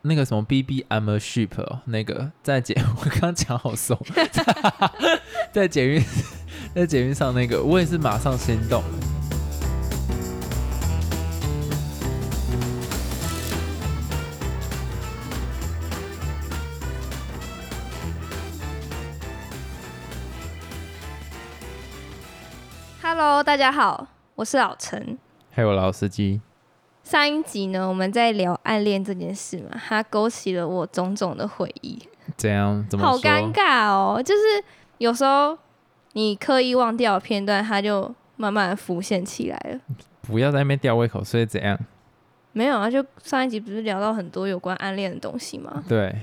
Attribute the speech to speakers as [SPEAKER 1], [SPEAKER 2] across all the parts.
[SPEAKER 1] 那个什么 B B I'm a sheep 哦，那个在捷 我刚刚讲好怂， 在捷运在捷运上那个，我也是马上心动。
[SPEAKER 2] Hello，大家好，我是老陈。
[SPEAKER 1] 还有老司机，
[SPEAKER 2] 上一集呢，我们在聊暗恋这件事嘛，它勾起了我种种的回忆，
[SPEAKER 1] 怎样？怎么
[SPEAKER 2] 好
[SPEAKER 1] 说
[SPEAKER 2] 尴尬哦。就是有时候你刻意忘掉的片段，它就慢慢地浮现起来了。
[SPEAKER 1] 不要在那边吊胃口，所以怎样？
[SPEAKER 2] 没有啊，就上一集不是聊到很多有关暗恋的东西吗？
[SPEAKER 1] 对，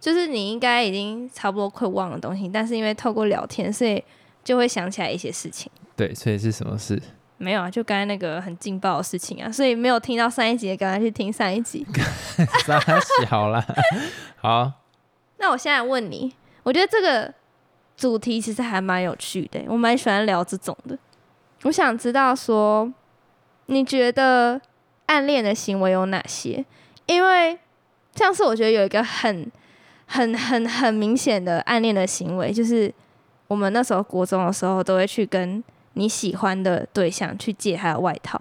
[SPEAKER 2] 就是你应该已经差不多快忘了东西，但是因为透过聊天，所以就会想起来一些事情。
[SPEAKER 1] 对，所以是什么事？
[SPEAKER 2] 没有啊，就刚才那个很劲爆的事情啊，所以没有听到上一集的，赶快去听上一集。
[SPEAKER 1] 傻小啦，好，
[SPEAKER 2] 那我现在问你，我觉得这个主题其实还蛮有趣的，我蛮喜欢聊这种的。我想知道说，你觉得暗恋的行为有哪些？因为像是我觉得有一个很、很、很、很明显的暗恋的行为，就是我们那时候国中的时候都会去跟你喜欢的对象去借他的外套，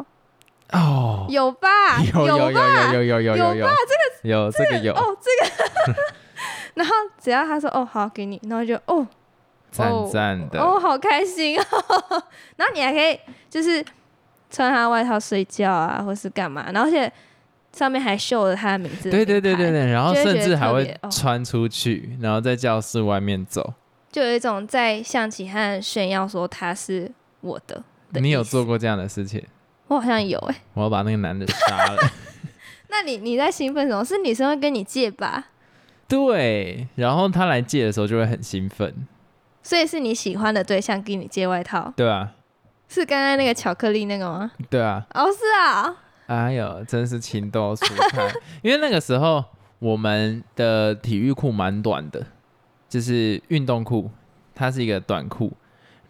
[SPEAKER 1] 哦，
[SPEAKER 2] 啊有吧？
[SPEAKER 1] 有有有
[SPEAKER 2] 吧？
[SPEAKER 1] 有有有有有
[SPEAKER 2] 有
[SPEAKER 1] 有，这个有这个有，
[SPEAKER 2] 哦，这个。 然后只要他说哦好给你，然后就哦
[SPEAKER 1] 赞
[SPEAKER 2] 哦
[SPEAKER 1] 赞的，
[SPEAKER 2] 哦，好开心哦！ 然后你还可以就是穿他外套睡觉啊，或是干嘛，然后而且上面还绣了他的名字，
[SPEAKER 1] 对对对对，对，然后
[SPEAKER 2] 就会
[SPEAKER 1] 甚
[SPEAKER 2] 觉得
[SPEAKER 1] 至
[SPEAKER 2] 特
[SPEAKER 1] 还会
[SPEAKER 2] 别哦
[SPEAKER 1] 穿出去，然后在教室外面走。
[SPEAKER 2] 就有一种在向其他人炫耀说他是我的的
[SPEAKER 1] 你有
[SPEAKER 2] 意思
[SPEAKER 1] 做？过这样的事情？
[SPEAKER 2] 我好像有哎、
[SPEAKER 1] 我要把那个男的杀 了。
[SPEAKER 2] 那你你在兴奋什么？是女生会跟你借吧？
[SPEAKER 1] 对，然后他来借的时候就会很兴奋，
[SPEAKER 2] 所以是你喜欢的对象给你借外套，
[SPEAKER 1] 对啊，
[SPEAKER 2] 是刚刚那个巧克力那个吗？
[SPEAKER 1] 对啊，
[SPEAKER 2] 哦，是啊，
[SPEAKER 1] 哎呦，真是情窦初开。 因为那个时候我们的体育裤蛮短的，就是运动裤，它是一个短裤。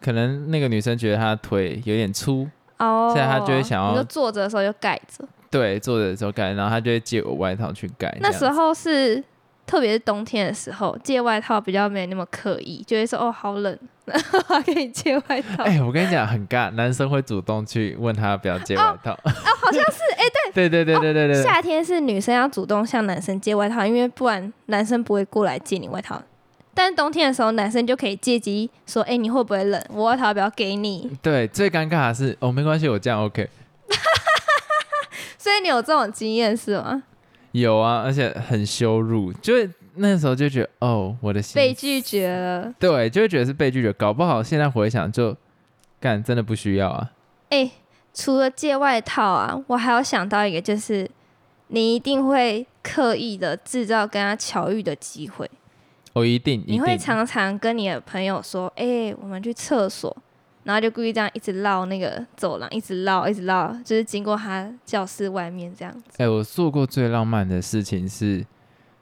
[SPEAKER 1] 可能那个女生觉得她腿有点粗，
[SPEAKER 2] 哦，
[SPEAKER 1] 所以他就会想要
[SPEAKER 2] 你就坐着的时候就盖着。
[SPEAKER 1] 对，坐着的时候盖，然后她就会借我外套去盖。
[SPEAKER 2] 那
[SPEAKER 1] 这样
[SPEAKER 2] 时候是，特别是冬天的时候，借外套比较没有那么刻意，就会说哦好冷，然后还给你借外套。
[SPEAKER 1] 哎、我跟你讲很尬，男生会主动去问他要不要借外套。哦，好像 是，哎、对，对对对对对对，
[SPEAKER 2] 夏天是女生要主动向男生借外套，因为不然男生不会过来借你外套。但是冬天的时候，男生就可以借机说：“哎、你会不会冷？我外套要不要给你
[SPEAKER 1] 对，最尴尬的是，哦，没关系，我这样 OK。？”
[SPEAKER 2] 所以你有这种经验是吗？
[SPEAKER 1] 有啊，而且很羞辱，就是那时候就觉得，哦，我的心
[SPEAKER 2] 被拒绝了。
[SPEAKER 1] 对，就会觉得是被拒绝，搞不好现在回想就干真的不需要啊。
[SPEAKER 2] 哎、除了借外套啊，我还有想到一个，就是你一定会刻意的制造跟他巧遇的机会。
[SPEAKER 1] 我、哦一定，一
[SPEAKER 2] 你会
[SPEAKER 1] 定
[SPEAKER 2] 常常跟你的朋友说：“哎、我们去厕所。”然后就故意这样一直绕那个走廊，一直绕，一直绕，就是经过他教室外面这样子。
[SPEAKER 1] 哎、我做过最浪漫的事情是，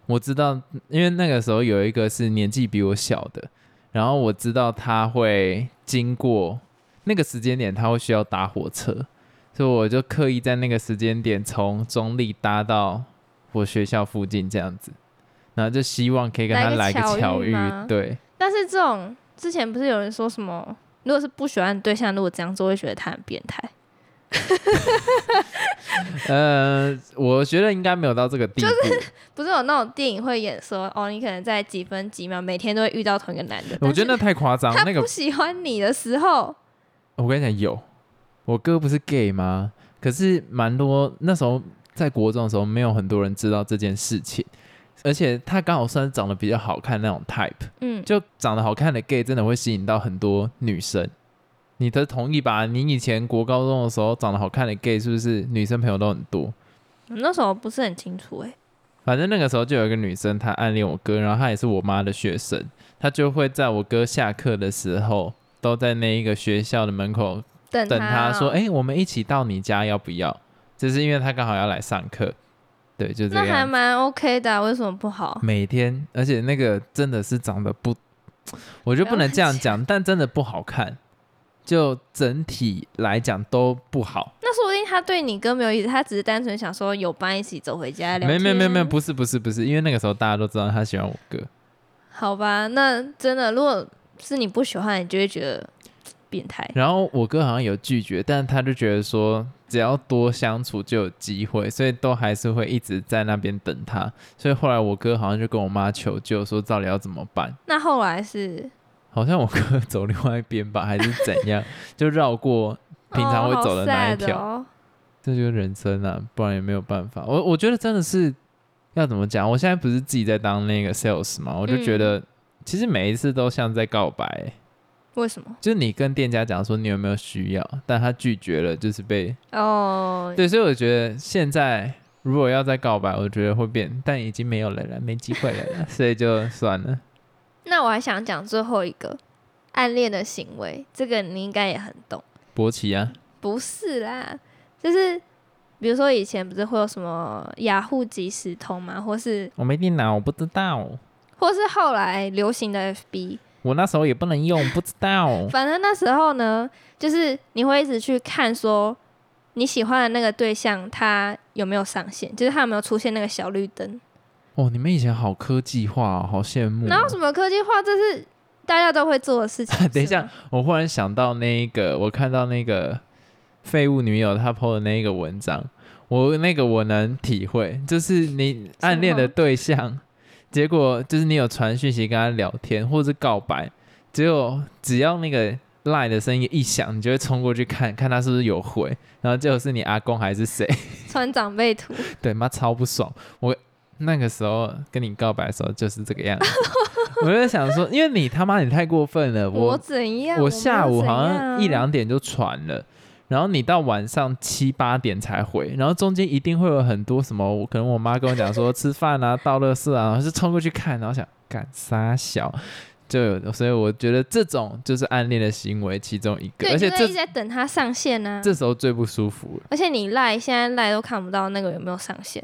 [SPEAKER 1] 我知道，因为那个时候有一个是年纪比我小的，然后我知道他会经过那个时间点，他会需要搭火车，所以我就刻意在那个时间点从中立搭到我学校附近这样子，然后就希望可以跟他来
[SPEAKER 2] 来
[SPEAKER 1] 个
[SPEAKER 2] 个
[SPEAKER 1] 巧
[SPEAKER 2] 巧
[SPEAKER 1] 遇
[SPEAKER 2] 遇吗，
[SPEAKER 1] 对，
[SPEAKER 2] 但是这种之前不是有人说什么，如果是不喜欢的对象，如果这样做，会觉得他很变态。
[SPEAKER 1] 呃，我觉得应该没有到这个地步，
[SPEAKER 2] 不是有那种电影会演说，哦，你可能在几分几秒每天都会遇到同一个男的，
[SPEAKER 1] 我觉得那
[SPEAKER 2] 但是
[SPEAKER 1] 太夸张，那
[SPEAKER 2] 他
[SPEAKER 1] 个
[SPEAKER 2] 不喜欢你的时候，
[SPEAKER 1] 我跟你讲，有，我哥不是 gay 吗？可是蛮多那时候在国中的时候，没有很多人知道这件事情，而且他刚好算是长得比较好看那种 type，
[SPEAKER 2] 嗯，
[SPEAKER 1] 就长得好看的 gay 真的会吸引到很多女生。你的同意吧？你以前国高中的时候长得好看的 gay 是不是女生朋友都很多？
[SPEAKER 2] 我那时候不是很清楚哎、
[SPEAKER 1] 反正那个时候就有一个女生，她暗恋我哥，然后她也是我妈的学生，她就会在我哥下课的时候，都在那一个学校的门口
[SPEAKER 2] 等
[SPEAKER 1] 等他
[SPEAKER 2] 哦
[SPEAKER 1] 说：“哎、我们一起到你家要不要？”就是因为他刚好要来上课，对，就这
[SPEAKER 2] 那
[SPEAKER 1] 个
[SPEAKER 2] 还
[SPEAKER 1] 样子。
[SPEAKER 2] 蛮 OK 的啊、为什么不好？
[SPEAKER 1] 每天，而且那个真的是长得不，我就不能这样讲，但真的不好看。就整体来讲都不好。
[SPEAKER 2] 那说不定他对你哥没有意思，他只是单纯想说有伴一起走回家聊
[SPEAKER 1] 没
[SPEAKER 2] 天。
[SPEAKER 1] 没没没，不是不是不是，因为那个时候大家都知道他喜欢我哥，
[SPEAKER 2] 好吧，那真的，如果是你不喜欢，你就会觉得嘖变态。
[SPEAKER 1] 然后我哥好像有拒绝，但他就觉得说只要多相处就有机会，所以都还是会一直在那边等他。所以后来我哥好像就跟我妈求救，说到底要怎么办？
[SPEAKER 2] 那后来是
[SPEAKER 1] 好像我哥走另外一边吧，还是怎 样，就绕过平常会走的那一条。
[SPEAKER 2] 哦好 sad 哦
[SPEAKER 1] 这就是人生啊，不然也没有办法。我我觉得真的是要怎么讲？我现在不是自己在当那个 sales 嘛，我就觉得、其实每一次都像在告白、
[SPEAKER 2] 为什么？
[SPEAKER 1] 就是你跟店家讲说你有没有需要，但他拒绝了，就是被
[SPEAKER 2] 哦，
[SPEAKER 1] 对，所以我觉得现在如果要再告白，我觉得会变，但已经没有了啦，没机会了啦，所以就算了。
[SPEAKER 2] 那我还想讲最后一个暗恋的行为，这个你应该也很懂。
[SPEAKER 1] 勃起啊，
[SPEAKER 2] 不是啦，就是比如说以前不是会有什么雅虎即时通嘛，或是
[SPEAKER 1] 我没电脑，我不知道，
[SPEAKER 2] 或是后来流行的 FB，
[SPEAKER 1] 我那时候也不能用，不知道。
[SPEAKER 2] 反正那时候呢，就是你会一直去看说你喜欢的那个对象他有没有上线，就是他有没有出现那个小绿灯。
[SPEAKER 1] 哦，你们以前好科技化、哦，好羡慕哦、
[SPEAKER 2] 哪有什么科技化，这是大家都会做的事情
[SPEAKER 1] 。等一
[SPEAKER 2] 是吗
[SPEAKER 1] 下，我忽然想到那一个，我看到那个废物女友她 PO 的那一个文章，我那个我能体会，就是你暗恋的对象，结果就是你有传讯息跟他聊天或是告白，结果只要那个赖的声音一响，你就会冲过去看看他是不是有回，然后结果是你阿公还是谁，
[SPEAKER 2] 穿长辈图，
[SPEAKER 1] 对妈超不爽。我那个时候跟你告白的时候就是这个样子，我就想说，因为你他妈你太过分了，
[SPEAKER 2] 我怎样？
[SPEAKER 1] 我
[SPEAKER 2] 我
[SPEAKER 1] 下
[SPEAKER 2] 没有
[SPEAKER 1] 午
[SPEAKER 2] 怎
[SPEAKER 1] 好
[SPEAKER 2] 样啊
[SPEAKER 1] 像一两点就传了，然后你到晚上七八点才回，然后中间一定会有很多什么，我可能我妈跟我讲说吃饭啊、倒垃圾啊，然后就冲过去看，然后想干啥小，就有，所以我觉得这种就是暗恋的行为其中一个，
[SPEAKER 2] 啊对，
[SPEAKER 1] 而且
[SPEAKER 2] 你就一
[SPEAKER 1] 这
[SPEAKER 2] 直在等他上线啊。
[SPEAKER 1] 这时候最不舒服了。
[SPEAKER 2] 而且你赖现在赖都看不到那个有没有上线，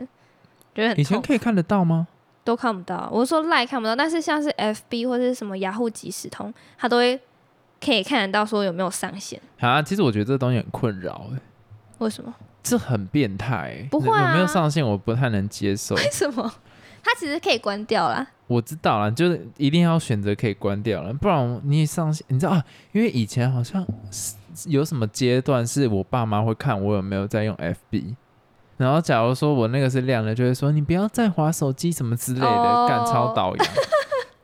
[SPEAKER 2] 觉得很
[SPEAKER 1] 以前
[SPEAKER 2] 痛，
[SPEAKER 1] 可以看得到吗？
[SPEAKER 2] 都看不到。我是说赖看不到，但是像是 FB 或是什么雅虎即时通，它都会可以看得到说有没有上线。
[SPEAKER 1] 啊，其实我觉得这东西很困扰、欸，
[SPEAKER 2] 为什么？
[SPEAKER 1] 这很变态、欸。
[SPEAKER 2] 不会啊
[SPEAKER 1] 有没有上线我不太能接 受。
[SPEAKER 2] 为什么？它其实可以关掉啦。
[SPEAKER 1] 我知道了，就是一定要选择可以关掉了，不然你一上线，你知道啊？因为以前好像是有什么阶段是我爸妈会看我有没有在用 FB，然后假如说我那个是亮的，就会说你不要再划手机什么之类的，
[SPEAKER 2] 哦
[SPEAKER 1] 干超导演，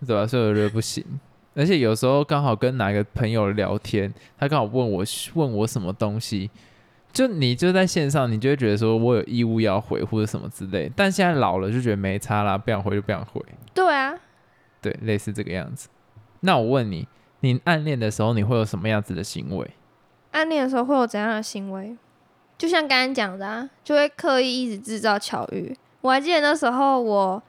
[SPEAKER 1] 对吧？所以我觉得不行。而且有时候刚好跟哪个朋友聊天，他刚好问我问我什么东西，就你就在线上，你就会觉得说我有义务要回或者什么之类，但现在老了就觉得没差啦，不想回就不想回。
[SPEAKER 2] 对啊，
[SPEAKER 1] 对，类似这个样子。那我问你，你暗恋的时候你会有什么样子的行为？
[SPEAKER 2] 暗恋的时候会有怎样的行为？就像刚刚讲的啊，就会刻意一直制造巧遇。我还记得那时候我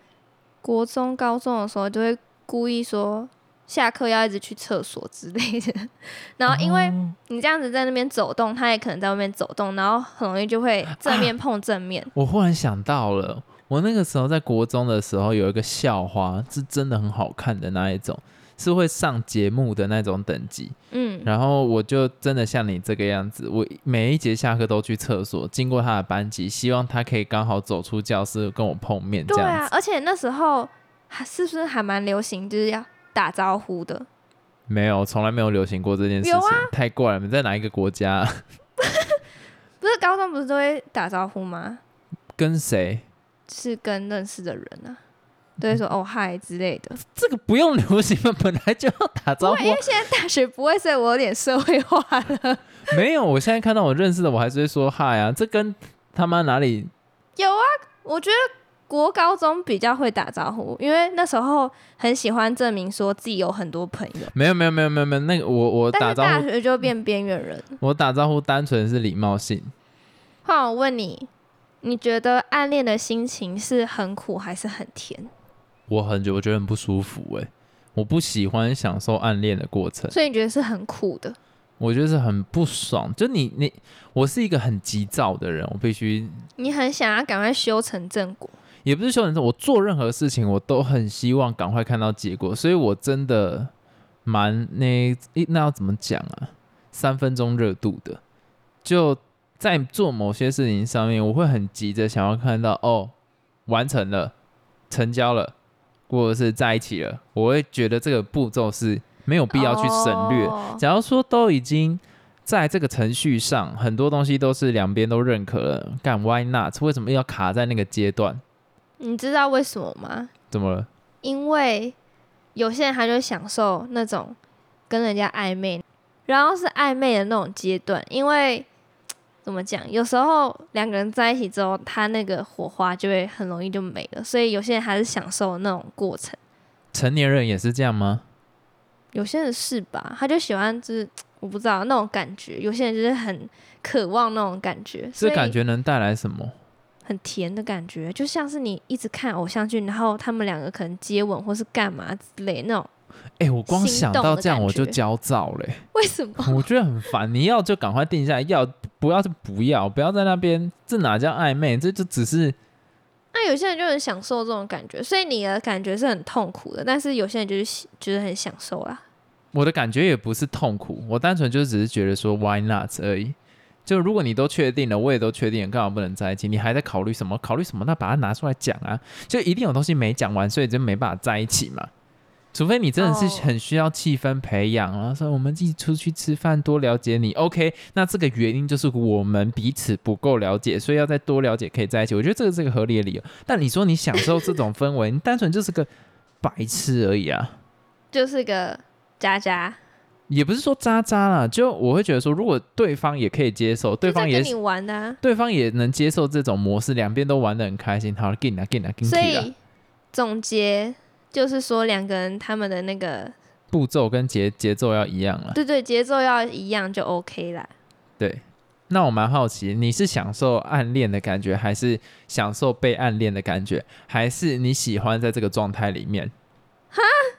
[SPEAKER 2] 国中、高中的时候，就会故意说下课要一直去厕所之类的。 然啊后因为
[SPEAKER 1] 哦
[SPEAKER 2] 你这样子在那边走动，他也可能在外面走动，然后很容易就会正面碰正面。
[SPEAKER 1] 我忽然想到了，我那个时候在国中的时候有一个校花，是真的很好看的那一种，是会上节目的那种等级。
[SPEAKER 2] 嗯，
[SPEAKER 1] 然后我就真的像你这个样子，我每一节下课都去厕所，经过她的班级，希望她可以刚好走出教室跟我碰面这
[SPEAKER 2] 对
[SPEAKER 1] 样
[SPEAKER 2] 啊
[SPEAKER 1] 子。，
[SPEAKER 2] 而且那时候还是不是还蛮流行，就是要打招呼的。
[SPEAKER 1] 没有，从来没有流行过这件事情，
[SPEAKER 2] 有啊
[SPEAKER 1] 太怪了！你在哪一个国家啊、
[SPEAKER 2] 不是高中不是都会打招呼吗？
[SPEAKER 1] 跟谁？
[SPEAKER 2] 是跟认识的人啊，都会说
[SPEAKER 1] 嗯
[SPEAKER 2] 哦嗨之类的。
[SPEAKER 1] 这个不用流行吧，本来就要打招
[SPEAKER 2] 因为
[SPEAKER 1] 呼。
[SPEAKER 2] 现在大学不会，所以我有点社会化了。
[SPEAKER 1] 没有，我现在看到我认识的，我还是会说嗨啊。这跟他妈哪里？
[SPEAKER 2] 有啊，我觉得国高中比较会打招呼，因为那时候很喜欢证明说自己有很多朋友，
[SPEAKER 1] 没有没有没有没有没有，那个我我
[SPEAKER 2] 但
[SPEAKER 1] 打
[SPEAKER 2] 是
[SPEAKER 1] 招
[SPEAKER 2] 大
[SPEAKER 1] 呼，嗯
[SPEAKER 2] 学就变边缘人。
[SPEAKER 1] 我打招呼单纯是礼貌性。
[SPEAKER 2] 换我问你，你觉得暗恋的心情是很苦还是很甜？
[SPEAKER 1] 我很久我觉得很不舒服诶、我不喜欢享受暗恋的过程，
[SPEAKER 2] 所以你觉得是很苦的？
[SPEAKER 1] 我就是很不爽。就你你，我是一个很急躁的人，我必须
[SPEAKER 2] 你很想要赶快修成正果，
[SPEAKER 1] 也不是修成正，我做任何事情我都很希望赶快看到结果，所以我真的蛮那一那要怎么讲啊？三分钟热度的，就在做某些事情上面，我会很急着想要看到哦，完成了，成交了，或者是在一起了，我会觉得这个步骤是没有必要去省略。
[SPEAKER 2] 哦
[SPEAKER 1] 假如说都已经在这个程序上，很多东西都是两边都认可了，干 Why not？为什么要卡在那个阶段？
[SPEAKER 2] 你知道为什么吗？
[SPEAKER 1] 怎么了？
[SPEAKER 2] 因为有些人他就享受那种跟人家暧昧，然后是暧昧的那种阶段，因为怎么讲，有时候两个人在一起之后，他那个火花就会很容易就没了，所以有些人还是享受那种过程。
[SPEAKER 1] 成年人也是这样吗？
[SPEAKER 2] 有些人是吧？他就喜欢就是我不知道那种感觉，有些人就是很渴望那种感觉，所
[SPEAKER 1] 这
[SPEAKER 2] 以
[SPEAKER 1] 感觉能带来什么？
[SPEAKER 2] 很甜的感觉，就像是你一直看偶像剧，然后他们两个可能接吻或是干嘛之类那种。
[SPEAKER 1] 哎、我光想到这样我就
[SPEAKER 2] 心动的感觉
[SPEAKER 1] 焦躁嘞、
[SPEAKER 2] 为什么？
[SPEAKER 1] 我觉得很烦。你要就赶快定下来，要不要就不要，不要在那边，这哪叫暧昧？这就只是
[SPEAKER 2] 那有些人就很享受这种感觉，所以你的感觉是很痛苦的，但是有些人就是喜觉得很享受啦。
[SPEAKER 1] 我的感觉也不是痛苦，我单纯就只是觉得说 why not 而已。就如果你都确定了，我也都确定了，干嘛不能在一起？你还在考虑什么？考虑什么？那把它拿出来讲啊！就一定有东西没讲完，所以就没办法在一起嘛。除非你真的
[SPEAKER 2] 哦
[SPEAKER 1] 是很需要气氛培养，然后说我们一起出去吃饭，多了解你。OK，那这个原因就是我们彼此不够了解，所以要再多了解，可以在一起。我觉得这个是个合理的理由。但你说你享受这种氛围，你单纯就是个白痴而已啊！
[SPEAKER 2] 就是个渣渣，
[SPEAKER 1] 也不是说渣渣啦，就我会觉得说，如果对方也可以接受，对方
[SPEAKER 2] 就在
[SPEAKER 1] 也
[SPEAKER 2] 跟你玩的、啊，
[SPEAKER 1] 对方也能接受这种模式，两边都玩的很开心，好，gin 啊 gin 啊 gin
[SPEAKER 2] 所
[SPEAKER 1] 啊，
[SPEAKER 2] 以总结就是说两个人他们的那个
[SPEAKER 1] 步骤跟节节奏要一样啊。
[SPEAKER 2] 对对节奏要一样就 OK 啦。
[SPEAKER 1] 对，那我蛮好奇，你是享受暗恋的感觉，还是享受被暗恋的感觉，还是你喜欢在这个状态里面？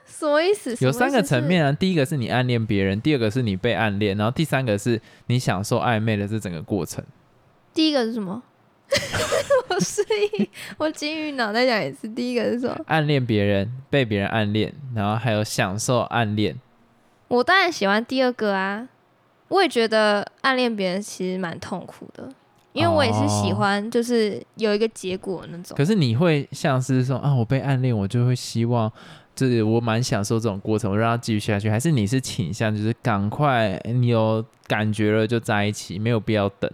[SPEAKER 2] 什么意思？
[SPEAKER 1] 有
[SPEAKER 2] 什么
[SPEAKER 1] 三
[SPEAKER 2] 意思
[SPEAKER 1] 个层
[SPEAKER 2] 是
[SPEAKER 1] 面啊，第一个是你暗恋别人，第二个是你被暗恋，然后第三个是你享受暧昧的这整个过程。
[SPEAKER 2] 第一个是什么？ 我是一，我金鱼脑袋讲也是第一个是什么？
[SPEAKER 1] 暗恋别人，被别人暗恋，然后还有享受暗恋。
[SPEAKER 2] 我当然喜欢第二个啊，我也觉得暗恋别人其实蛮痛苦的，因为我也是喜欢就是有一个结果那种。
[SPEAKER 1] 哦可是你会像是说啊，我被暗恋，我就会希望，就是我蛮享受这种过程，我让它继续下去，还是你是倾向就是赶快你有感觉了就在一起，没有必要等。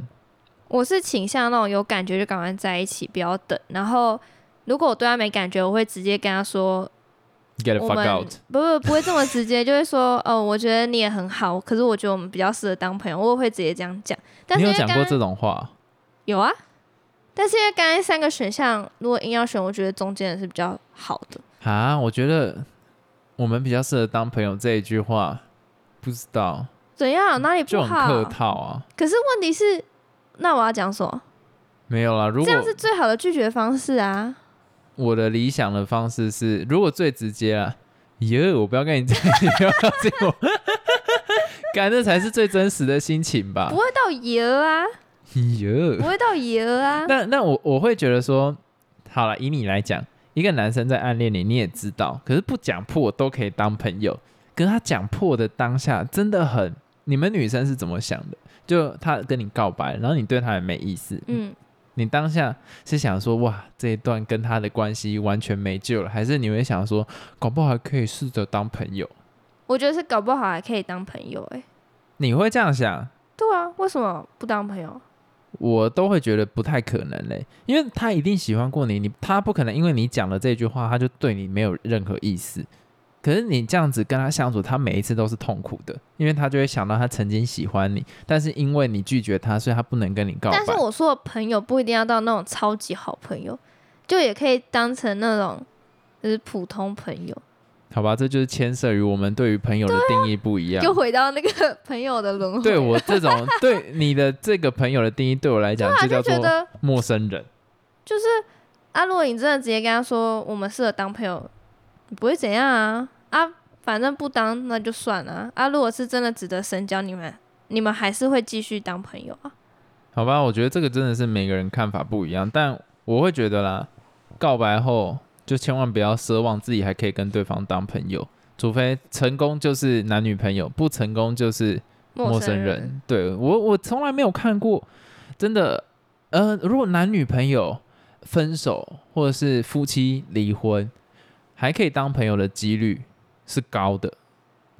[SPEAKER 2] 我是倾向那种有感觉就赶快在一起，不要等。然后如果我对他没感觉，我会直接跟他说，
[SPEAKER 1] Get the
[SPEAKER 2] 我
[SPEAKER 1] 哎 fuck
[SPEAKER 2] 们
[SPEAKER 1] out！
[SPEAKER 2] 不不不会这么直接，就会说，哦，我觉得你也很好，可是我觉得我们比较适合当朋友，我会直接这样讲。但
[SPEAKER 1] 你
[SPEAKER 2] 是
[SPEAKER 1] 有
[SPEAKER 2] 因为
[SPEAKER 1] 讲
[SPEAKER 2] 刚
[SPEAKER 1] 过
[SPEAKER 2] 刚
[SPEAKER 1] 这种话？
[SPEAKER 2] 有啊，但是因为刚才三个选项，如果硬要选，我觉得中间的是比较好的。
[SPEAKER 1] 啊，我觉得我们比较适合当朋友这一句话，不知道
[SPEAKER 2] 怎样？哪里不
[SPEAKER 1] 就很客
[SPEAKER 2] 好？
[SPEAKER 1] 套啊。
[SPEAKER 2] 可是问题是，那我要讲什么？
[SPEAKER 1] 没有啦，如
[SPEAKER 2] 这
[SPEAKER 1] 果
[SPEAKER 2] 样是最好的拒绝方式啊！
[SPEAKER 1] 我的理想的方式是，如果最直接啊，耶，我不要跟你在一起，不要靠近 我，感这才是最真实的心情吧
[SPEAKER 2] 不。会到爷啊， 不
[SPEAKER 1] 耶，。
[SPEAKER 2] 会到爷啊
[SPEAKER 1] 那那我我会觉得说，好了，以你来讲，一个男生在暗恋你，你也知道，可是不讲破都可以当朋友，可是他讲破的当下真的很，你们女生是怎么想的？就他跟你告白，然后你对他也没意思，
[SPEAKER 2] 嗯，
[SPEAKER 1] 你当下是想说哇，这一段跟他的关系完全没救了，还是你会想说，搞不好还可以试着当朋友？
[SPEAKER 2] 我觉得是搞不好还可以当朋友哎、
[SPEAKER 1] 你会这样想？
[SPEAKER 2] 对啊，为什么不当朋友？
[SPEAKER 1] 我都会觉得不太可能嘞，因为他一定喜欢过你，你他不可能因为你讲了这句话，他就对你没有任何意思。可是你这样子跟他相处，他每一次都是痛苦的，因为他就会想到他曾经喜欢你，但是因为你拒绝他，所以他不能跟你告白。
[SPEAKER 2] 但是我说的朋友不一定要到那种超级好朋友，就也可以当成那种就是普通朋友。
[SPEAKER 1] 好吧，这就是牵涉于我们对于朋友的定义不一样。
[SPEAKER 2] 又回到那个 朋友的轮回。
[SPEAKER 1] 对我这种 对你的这个朋友的定义，对我来讲
[SPEAKER 2] 对啊，
[SPEAKER 1] 就叫
[SPEAKER 2] 就觉
[SPEAKER 1] 做
[SPEAKER 2] 得
[SPEAKER 1] 陌生人。
[SPEAKER 2] 就是啊，如果你真的直接跟他说我们适合当朋友，你不会怎样啊啊，反正不当那就算了啊啊。如果是真的值得深交，你们你们还是会继续当朋友啊。
[SPEAKER 1] 好吧，我觉得这个真的是每个人看法不一样，但我会觉得啦，告白后就千万不要奢望自己还可以跟对方当朋友，除非成功就是男女朋友，不成功就是陌
[SPEAKER 2] 陌
[SPEAKER 1] 生
[SPEAKER 2] 生人，
[SPEAKER 1] 人。对我，我从来没有看过，真的。呃，如果男女朋友分手或者是夫妻离婚，还可以当朋友的几率是高的，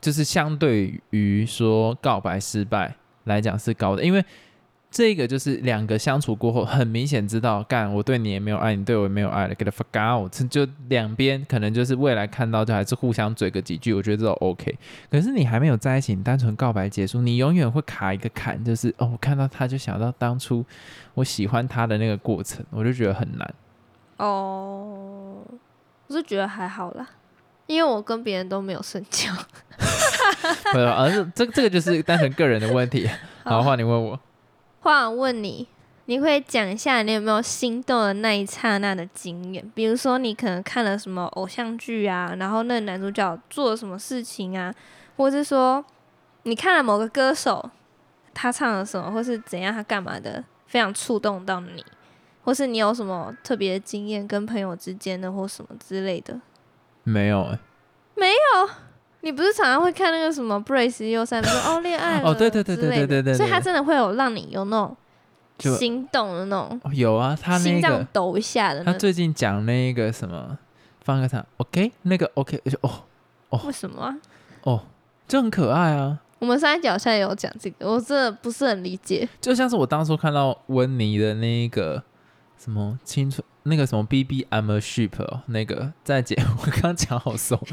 [SPEAKER 1] 就是相对于说告白失败来讲是高的，因为这个就是两个相处过后，很明显知道，干我对你也没有爱，你对我也没有爱了，get the fuck out，就两边可能就是未来看到就还是互相嘴个几句，我觉得这种 OK。可是你还没有在一起，你单纯告白结束，你永远会卡一个坎，就是哦，我看到他就想到当初我喜欢他的那个过程，我就觉得很 难。
[SPEAKER 2] 哦，我是觉得还好啦，因为我跟别人都没有深交。
[SPEAKER 1] 对吧？而、是这这个就是单纯个人的问 题。好，换你问我，
[SPEAKER 2] 话问你，你会讲一下你有没有心动的那一刹那的经验？比如说，你可能看了什么偶像剧啊，然后那个男主角做了什么事情啊，或是说你看了某个歌手他唱了什么，或是怎样他干嘛的，非常触动到你，或是你有什么特别的经验跟朋友之间的或什么之类的。
[SPEAKER 1] 没有、欸
[SPEAKER 2] 你不是常常会看那个什么《Brace 一六三》， 比如说哦恋爱
[SPEAKER 1] 哦
[SPEAKER 2] 了
[SPEAKER 1] 对对对
[SPEAKER 2] 之
[SPEAKER 1] 对
[SPEAKER 2] 类
[SPEAKER 1] 对对
[SPEAKER 2] 的
[SPEAKER 1] 对
[SPEAKER 2] 所以他
[SPEAKER 1] 对
[SPEAKER 2] 真的会有让你有那种
[SPEAKER 1] 就
[SPEAKER 2] 心动的那种。
[SPEAKER 1] 哦有啊，他那
[SPEAKER 2] 心脏
[SPEAKER 1] 个
[SPEAKER 2] 抖一下的
[SPEAKER 1] 他
[SPEAKER 2] 那种。
[SPEAKER 1] 最近讲那个什么放个场 OK，那个 OK 就哦
[SPEAKER 2] 为什么、啊？
[SPEAKER 1] 哦，就很可爱啊。
[SPEAKER 2] 我们上一集好像也有讲这个，我真的不是很理解。
[SPEAKER 1] 就像是我当初看到温妮的那个什么青春，那个什么 B B I'm a sheep 哦，那个在捷， 我刚讲好怂，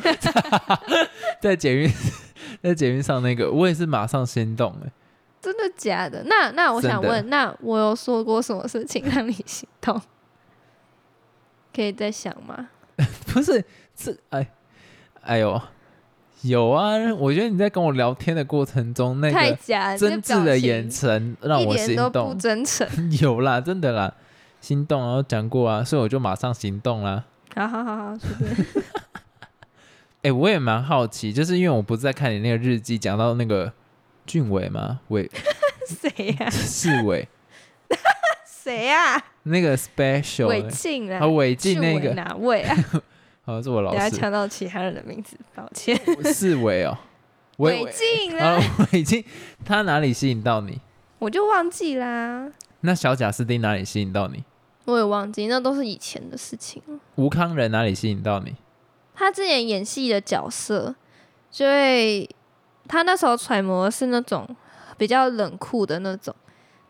[SPEAKER 1] 在捷运 在捷运上那个，我也是马上心动哎，
[SPEAKER 2] 真的假的？那那我想
[SPEAKER 1] 真
[SPEAKER 2] 问，那我有说过什么事情让你心动？ 可以再想吗？
[SPEAKER 1] 不是这哎哎呦有啊，我觉得你在跟我聊天的过程中，那
[SPEAKER 2] 太
[SPEAKER 1] 个
[SPEAKER 2] 假了，
[SPEAKER 1] 真挚的眼
[SPEAKER 2] 神
[SPEAKER 1] 神让我
[SPEAKER 2] 一
[SPEAKER 1] 心
[SPEAKER 2] 点都不
[SPEAKER 1] 动，
[SPEAKER 2] 真诚。
[SPEAKER 1] 有啦，真的啦，心动，然后讲过啊，所以我就马上行动啦。
[SPEAKER 2] 好好好好，随便。
[SPEAKER 1] 哎、我也蛮好奇，就是因为我不是在看你那个日记，讲到那个俊伟吗？伟
[SPEAKER 2] 谁呀、
[SPEAKER 1] 是伟，
[SPEAKER 2] 谁呀、
[SPEAKER 1] 那个 special
[SPEAKER 2] 韦
[SPEAKER 1] 欸
[SPEAKER 2] 静啊
[SPEAKER 1] 啊，，伟进
[SPEAKER 2] 俊
[SPEAKER 1] 那
[SPEAKER 2] 伟
[SPEAKER 1] 个，
[SPEAKER 2] 哪位啊？
[SPEAKER 1] 好像是我老
[SPEAKER 2] 等下
[SPEAKER 1] 师，
[SPEAKER 2] 抢到其他人的名字，抱 歉。
[SPEAKER 1] 是伟 哦，
[SPEAKER 2] 韦静
[SPEAKER 1] 啊
[SPEAKER 2] 啊，，
[SPEAKER 1] 伟进，他哪里吸引到你？
[SPEAKER 2] 我就忘记啦，
[SPEAKER 1] 那小贾斯汀哪里吸引到你？
[SPEAKER 2] 我也忘记，那都是以前的事情了。
[SPEAKER 1] 吴康仁哪里吸引到你？
[SPEAKER 2] 他之前演戏的角色，就会他那时候揣摩的是那种比较冷酷的那种，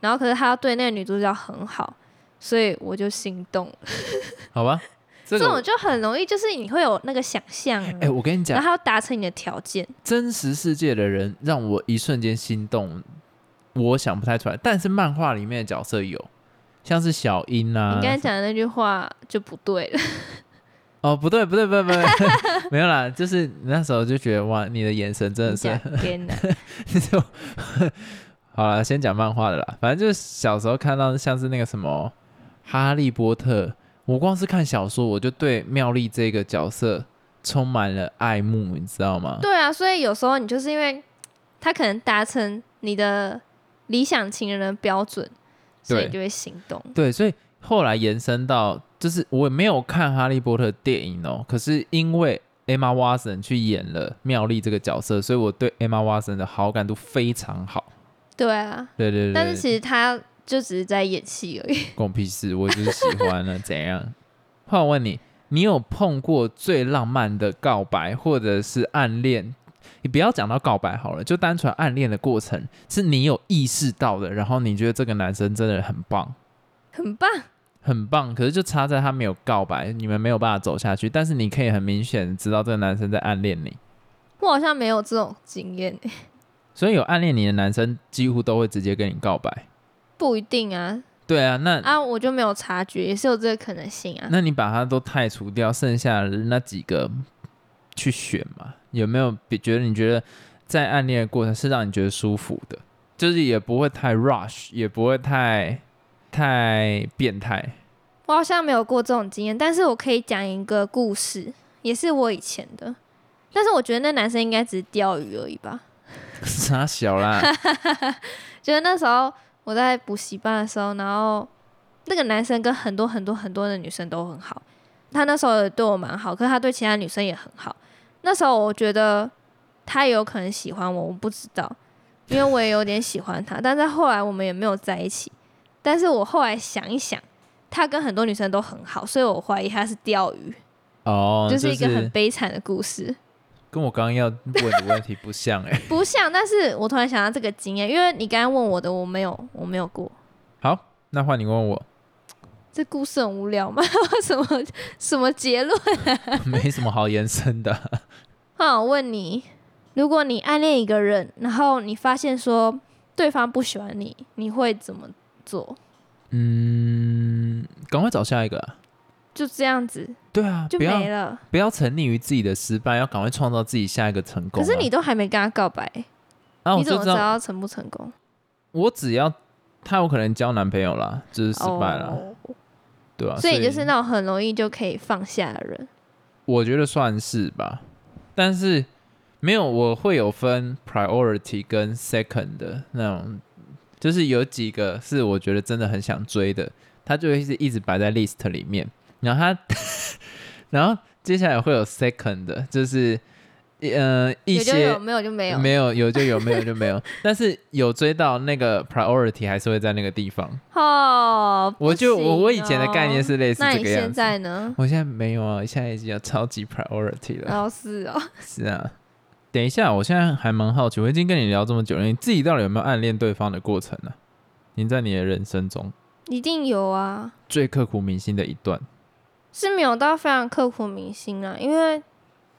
[SPEAKER 2] 然后可是他对那个女主角很好，所以我就心动了。
[SPEAKER 1] 好吧，这
[SPEAKER 2] 这
[SPEAKER 1] 个我
[SPEAKER 2] 种，就很容易，就是你会有那个想象、啊，
[SPEAKER 1] 哎、我跟你
[SPEAKER 2] 然
[SPEAKER 1] 讲，
[SPEAKER 2] 后他要达成你的条件。
[SPEAKER 1] 真实世界的人让我一瞬间心动，我想不太出来，但是漫画里面的角色有，像是小樱啊，
[SPEAKER 2] 你刚才讲的那句话就不对了，
[SPEAKER 1] 哦，不对，不对，不对， 不对，没有啦，就是那时候就觉得哇，你的眼神真的
[SPEAKER 2] 你
[SPEAKER 1] 是
[SPEAKER 2] 讲，天哪！
[SPEAKER 1] 就好了，先讲漫画的啦，反正就是小时候看到像是那个什么《哈利波特》，我光是看小说，我就对妙丽这个角色充满了爱慕，你知道吗？
[SPEAKER 2] 对啊，所以有时候你就是因为他可能达成你的理想情人的标准，所以
[SPEAKER 1] 对
[SPEAKER 2] 你就会心动。
[SPEAKER 1] 对，所以后来延伸到，就是我没有看《哈利波特》电影哦，可是因为 Emma Watson 去演了妙丽这个角色，所以我对 Emma Watson 的好感度非常好。
[SPEAKER 2] 对啊，
[SPEAKER 1] 对对对，
[SPEAKER 2] 但
[SPEAKER 1] 对
[SPEAKER 2] 是其实他就只是在演戏而已。
[SPEAKER 1] 关我屁事，我就是喜欢了，怎样？换我问你，你有碰过最浪漫的告白或者是暗恋？你不要讲到告白好了，就单纯暗恋的过程，是你有意识到的，然后你觉得这个男生真的很棒，
[SPEAKER 2] 很棒，
[SPEAKER 1] 很棒，可是就差在他没有告白，你们没有办法走下去，但是你可以很明显地知道这个男生在暗恋你，
[SPEAKER 2] 我好像没有这种经验 欸，
[SPEAKER 1] 所以有暗恋你的男生几乎都会直接跟你告白。
[SPEAKER 2] 不一定啊
[SPEAKER 1] 对啊，那
[SPEAKER 2] 啊，我就没有察觉，也是有这个可能性啊。
[SPEAKER 1] 那你把它都汰除掉，剩下的那几个去选嘛？有没有比觉得你觉得在暗恋的过程是让你觉得舒服的，就是也不会太 rush，也不会太太变态。
[SPEAKER 2] 我好像没有过这种经验，但是我可以讲一个故事，也是我以前的，但是我觉得那男生应该只是钓鱼而已吧。
[SPEAKER 1] 傻小啦，
[SPEAKER 2] 就是那时候我在补习班的时候，然后那个男生跟很多很多很多的女生都很好，他那时候也对我蛮好，可是他对其他女生也很好。那时候我觉得他有可能喜欢我，我不知道。因为我也有点喜欢他，但是后来我们也没有在一起。但是我后来想一想，他跟很多女生都很好，所以我怀疑他是钓鱼，
[SPEAKER 1] 哦，
[SPEAKER 2] 就是是一个很悲惨的故事。
[SPEAKER 1] 跟我刚刚要问的问题不像哎、
[SPEAKER 2] 不像，但是我突然想到这个经验，因为你刚刚问我的，我没有，我没有过。
[SPEAKER 1] 好，那换你问我，
[SPEAKER 2] 这故事很无聊吗？ 什么什么结论？
[SPEAKER 1] 没什么好延伸的。
[SPEAKER 2] 那我问你，如果你暗恋一个人，然后你发现说对方不喜欢你，你会怎么做？
[SPEAKER 1] 嗯，赶快找下一个啊。
[SPEAKER 2] 就这样子
[SPEAKER 1] 对啊，
[SPEAKER 2] 就
[SPEAKER 1] 不要
[SPEAKER 2] 没了。
[SPEAKER 1] 不要沉溺于自己的失败，要赶快创造自己下一个成功啊、
[SPEAKER 2] 可是你都还没跟他告白，
[SPEAKER 1] 啊，我
[SPEAKER 2] 你怎
[SPEAKER 1] 就
[SPEAKER 2] 么
[SPEAKER 1] 知道，
[SPEAKER 2] 知道成不成功？
[SPEAKER 1] 我只要他有可能交男朋友啦，就是失败了，
[SPEAKER 2] 哦
[SPEAKER 1] 对啊。
[SPEAKER 2] 所以你就是那种很容易就可以放下的人。
[SPEAKER 1] 我觉得算是吧，但是没有，我会有分 priority 跟 second 的那种，就是有几个是我觉得真的很想追的，它就会是一直摆在 list 里面，然后它， 然后接下来会有 second 的，就是呃一
[SPEAKER 2] 有就
[SPEAKER 1] 些
[SPEAKER 2] 有，没有就没有。
[SPEAKER 1] 没有有就有，没有就没有，但是有追到那个 priority 还是会在那个地方。
[SPEAKER 2] 哦，
[SPEAKER 1] 我就
[SPEAKER 2] 不行
[SPEAKER 1] 我我以前的
[SPEAKER 2] 哦
[SPEAKER 1] 概念，是类似
[SPEAKER 2] 那
[SPEAKER 1] 这
[SPEAKER 2] 你
[SPEAKER 1] 个样
[SPEAKER 2] 现
[SPEAKER 1] 子。
[SPEAKER 2] 在呢？
[SPEAKER 1] 我现在没有啊，现在已经有超级 priority 了。
[SPEAKER 2] 哦，是哦，
[SPEAKER 1] 是啊，等一下，我现在还蛮好奇，我已经跟你聊这么久了，你自己到底有没有暗恋对方的过程呢、你在你的人生中
[SPEAKER 2] 一定有啊。
[SPEAKER 1] 最刻骨铭心的一段，
[SPEAKER 2] 是没有到非常刻骨铭心啊，因为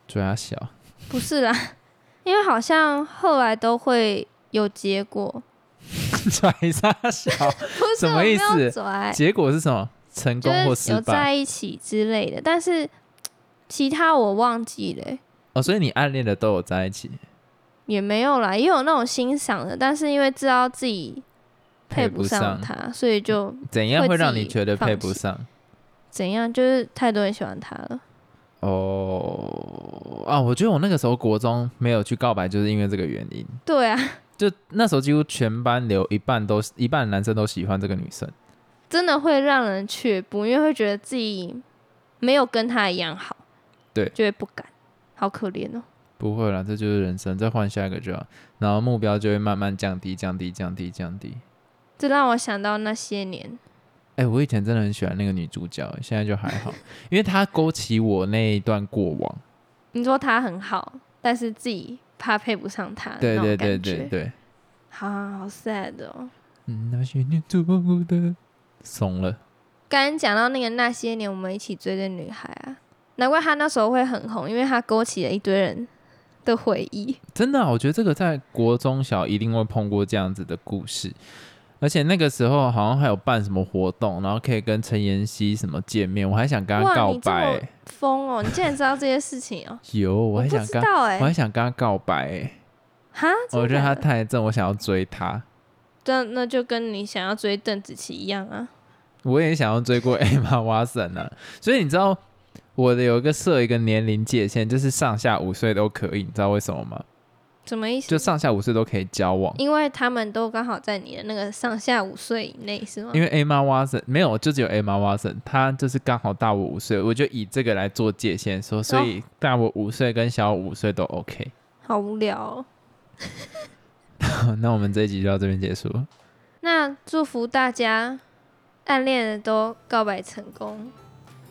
[SPEAKER 1] 追他小，
[SPEAKER 2] 不是啦， 因为好像后来都会有结果，
[SPEAKER 1] 追他小，
[SPEAKER 2] 不是
[SPEAKER 1] 什么意思
[SPEAKER 2] 我没有拽
[SPEAKER 1] 结果是什么？成功
[SPEAKER 2] 哎就
[SPEAKER 1] 或
[SPEAKER 2] 是
[SPEAKER 1] 失
[SPEAKER 2] 有
[SPEAKER 1] 败？
[SPEAKER 2] 在一起之类的，但是其他我忘记了欸、
[SPEAKER 1] 哦，所以你暗恋的都有在一起，
[SPEAKER 2] 也没有啦，也有那种欣赏的，但是因为知道自己配
[SPEAKER 1] 不
[SPEAKER 2] 不上他，所以就
[SPEAKER 1] 怎样
[SPEAKER 2] 会
[SPEAKER 1] 会
[SPEAKER 2] 自
[SPEAKER 1] 让你
[SPEAKER 2] 己
[SPEAKER 1] 觉得
[SPEAKER 2] 放
[SPEAKER 1] 配不
[SPEAKER 2] 弃
[SPEAKER 1] 上？
[SPEAKER 2] 怎样，就是太多人喜欢他了。
[SPEAKER 1] 哦啊，我觉得我那个时候国中没有去告白，就是因为这个原因。
[SPEAKER 2] 对啊，
[SPEAKER 1] 就那时候几乎全班有一半都一半的男生都喜欢这个女生。
[SPEAKER 2] 真的会让人却步，因为会觉得自己没有跟他一样好，
[SPEAKER 1] 对
[SPEAKER 2] 就会不敢，好可怜哦。
[SPEAKER 1] 不会啦，这就是人生，再换下一个就好。然后目标就会慢慢降低、降低、降低、降低。
[SPEAKER 2] 这让我想到那些年，
[SPEAKER 1] 哎、我以前真的很喜欢那个女主角，现在就还 好，因为她勾起我那一段过往。
[SPEAKER 2] 你说他很好，但是自己怕配不上他，
[SPEAKER 1] 对对
[SPEAKER 2] 啊那
[SPEAKER 1] 对
[SPEAKER 2] 种感觉
[SPEAKER 1] 对，对，
[SPEAKER 2] 好好好 sad 哦。
[SPEAKER 1] 嗯，那些年做的，怂了。
[SPEAKER 2] 刚刚讲到那个那些年我们一起追的女孩啊，难怪她那时候会很红，因为她勾起了一堆人的回忆。
[SPEAKER 1] 真的啊、我觉得这个在国中小一定会碰过这样子的故事，而且那个时候好像还有办什么活动，然后可以跟陈妍希什么见面，我还想跟她
[SPEAKER 2] 哇，
[SPEAKER 1] 告
[SPEAKER 2] 你这
[SPEAKER 1] 白、欸
[SPEAKER 2] 么疯哦！你竟然知道这些事情哦？
[SPEAKER 1] 有，我还
[SPEAKER 2] 不
[SPEAKER 1] 想
[SPEAKER 2] 知
[SPEAKER 1] 跟她，
[SPEAKER 2] 道哎、
[SPEAKER 1] 我还想跟她告白、欸，
[SPEAKER 2] 哈，真
[SPEAKER 1] 我
[SPEAKER 2] 的
[SPEAKER 1] 觉得她
[SPEAKER 2] 假的
[SPEAKER 1] 太正，我想要追她。
[SPEAKER 2] 那那就跟你想要追邓紫棋一样啊。
[SPEAKER 1] 我也想要追过 Emma Watson 啊，所以你知道我的有一个设一个年龄界限，就是上下五岁都可以，你知道为什么吗？
[SPEAKER 2] 什么意思？
[SPEAKER 1] 就上下五岁都可以交往，
[SPEAKER 2] 因为他们都刚好在你的那个上下五岁以内，是吗？
[SPEAKER 1] 因为 Emma Watson 没有，就只有 Emma Watson，她就是刚好大我五岁，我就以这个来做界限说，所
[SPEAKER 2] 哦
[SPEAKER 1] 以大我五岁跟小我五岁都 OK。
[SPEAKER 2] 好无聊、哦。
[SPEAKER 1] 那我们这一集就到这边结束了，
[SPEAKER 2] 那祝福大家暗恋的都告白成功。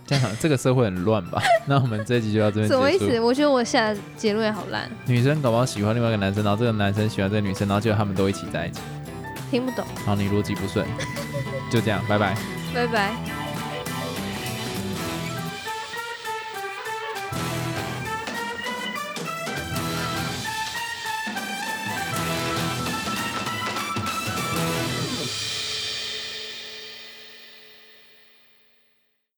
[SPEAKER 1] 这样这个社会很乱吧？ 那我们这一集就到这边
[SPEAKER 2] 什么意
[SPEAKER 1] 结束
[SPEAKER 2] 思？。我觉得我下的结论好烂，
[SPEAKER 1] 女生搞不好喜欢另外一个男生，然后这个男生喜欢这个女生，然后结果他们都一起在一起，
[SPEAKER 2] 听不懂。
[SPEAKER 1] 然后你逻辑不顺，就这样，拜拜。
[SPEAKER 2] 拜拜。